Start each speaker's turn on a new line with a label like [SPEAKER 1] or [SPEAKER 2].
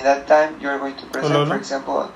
[SPEAKER 1] that time you are going to present,
[SPEAKER 2] Hello,
[SPEAKER 1] for
[SPEAKER 2] hello.
[SPEAKER 1] example,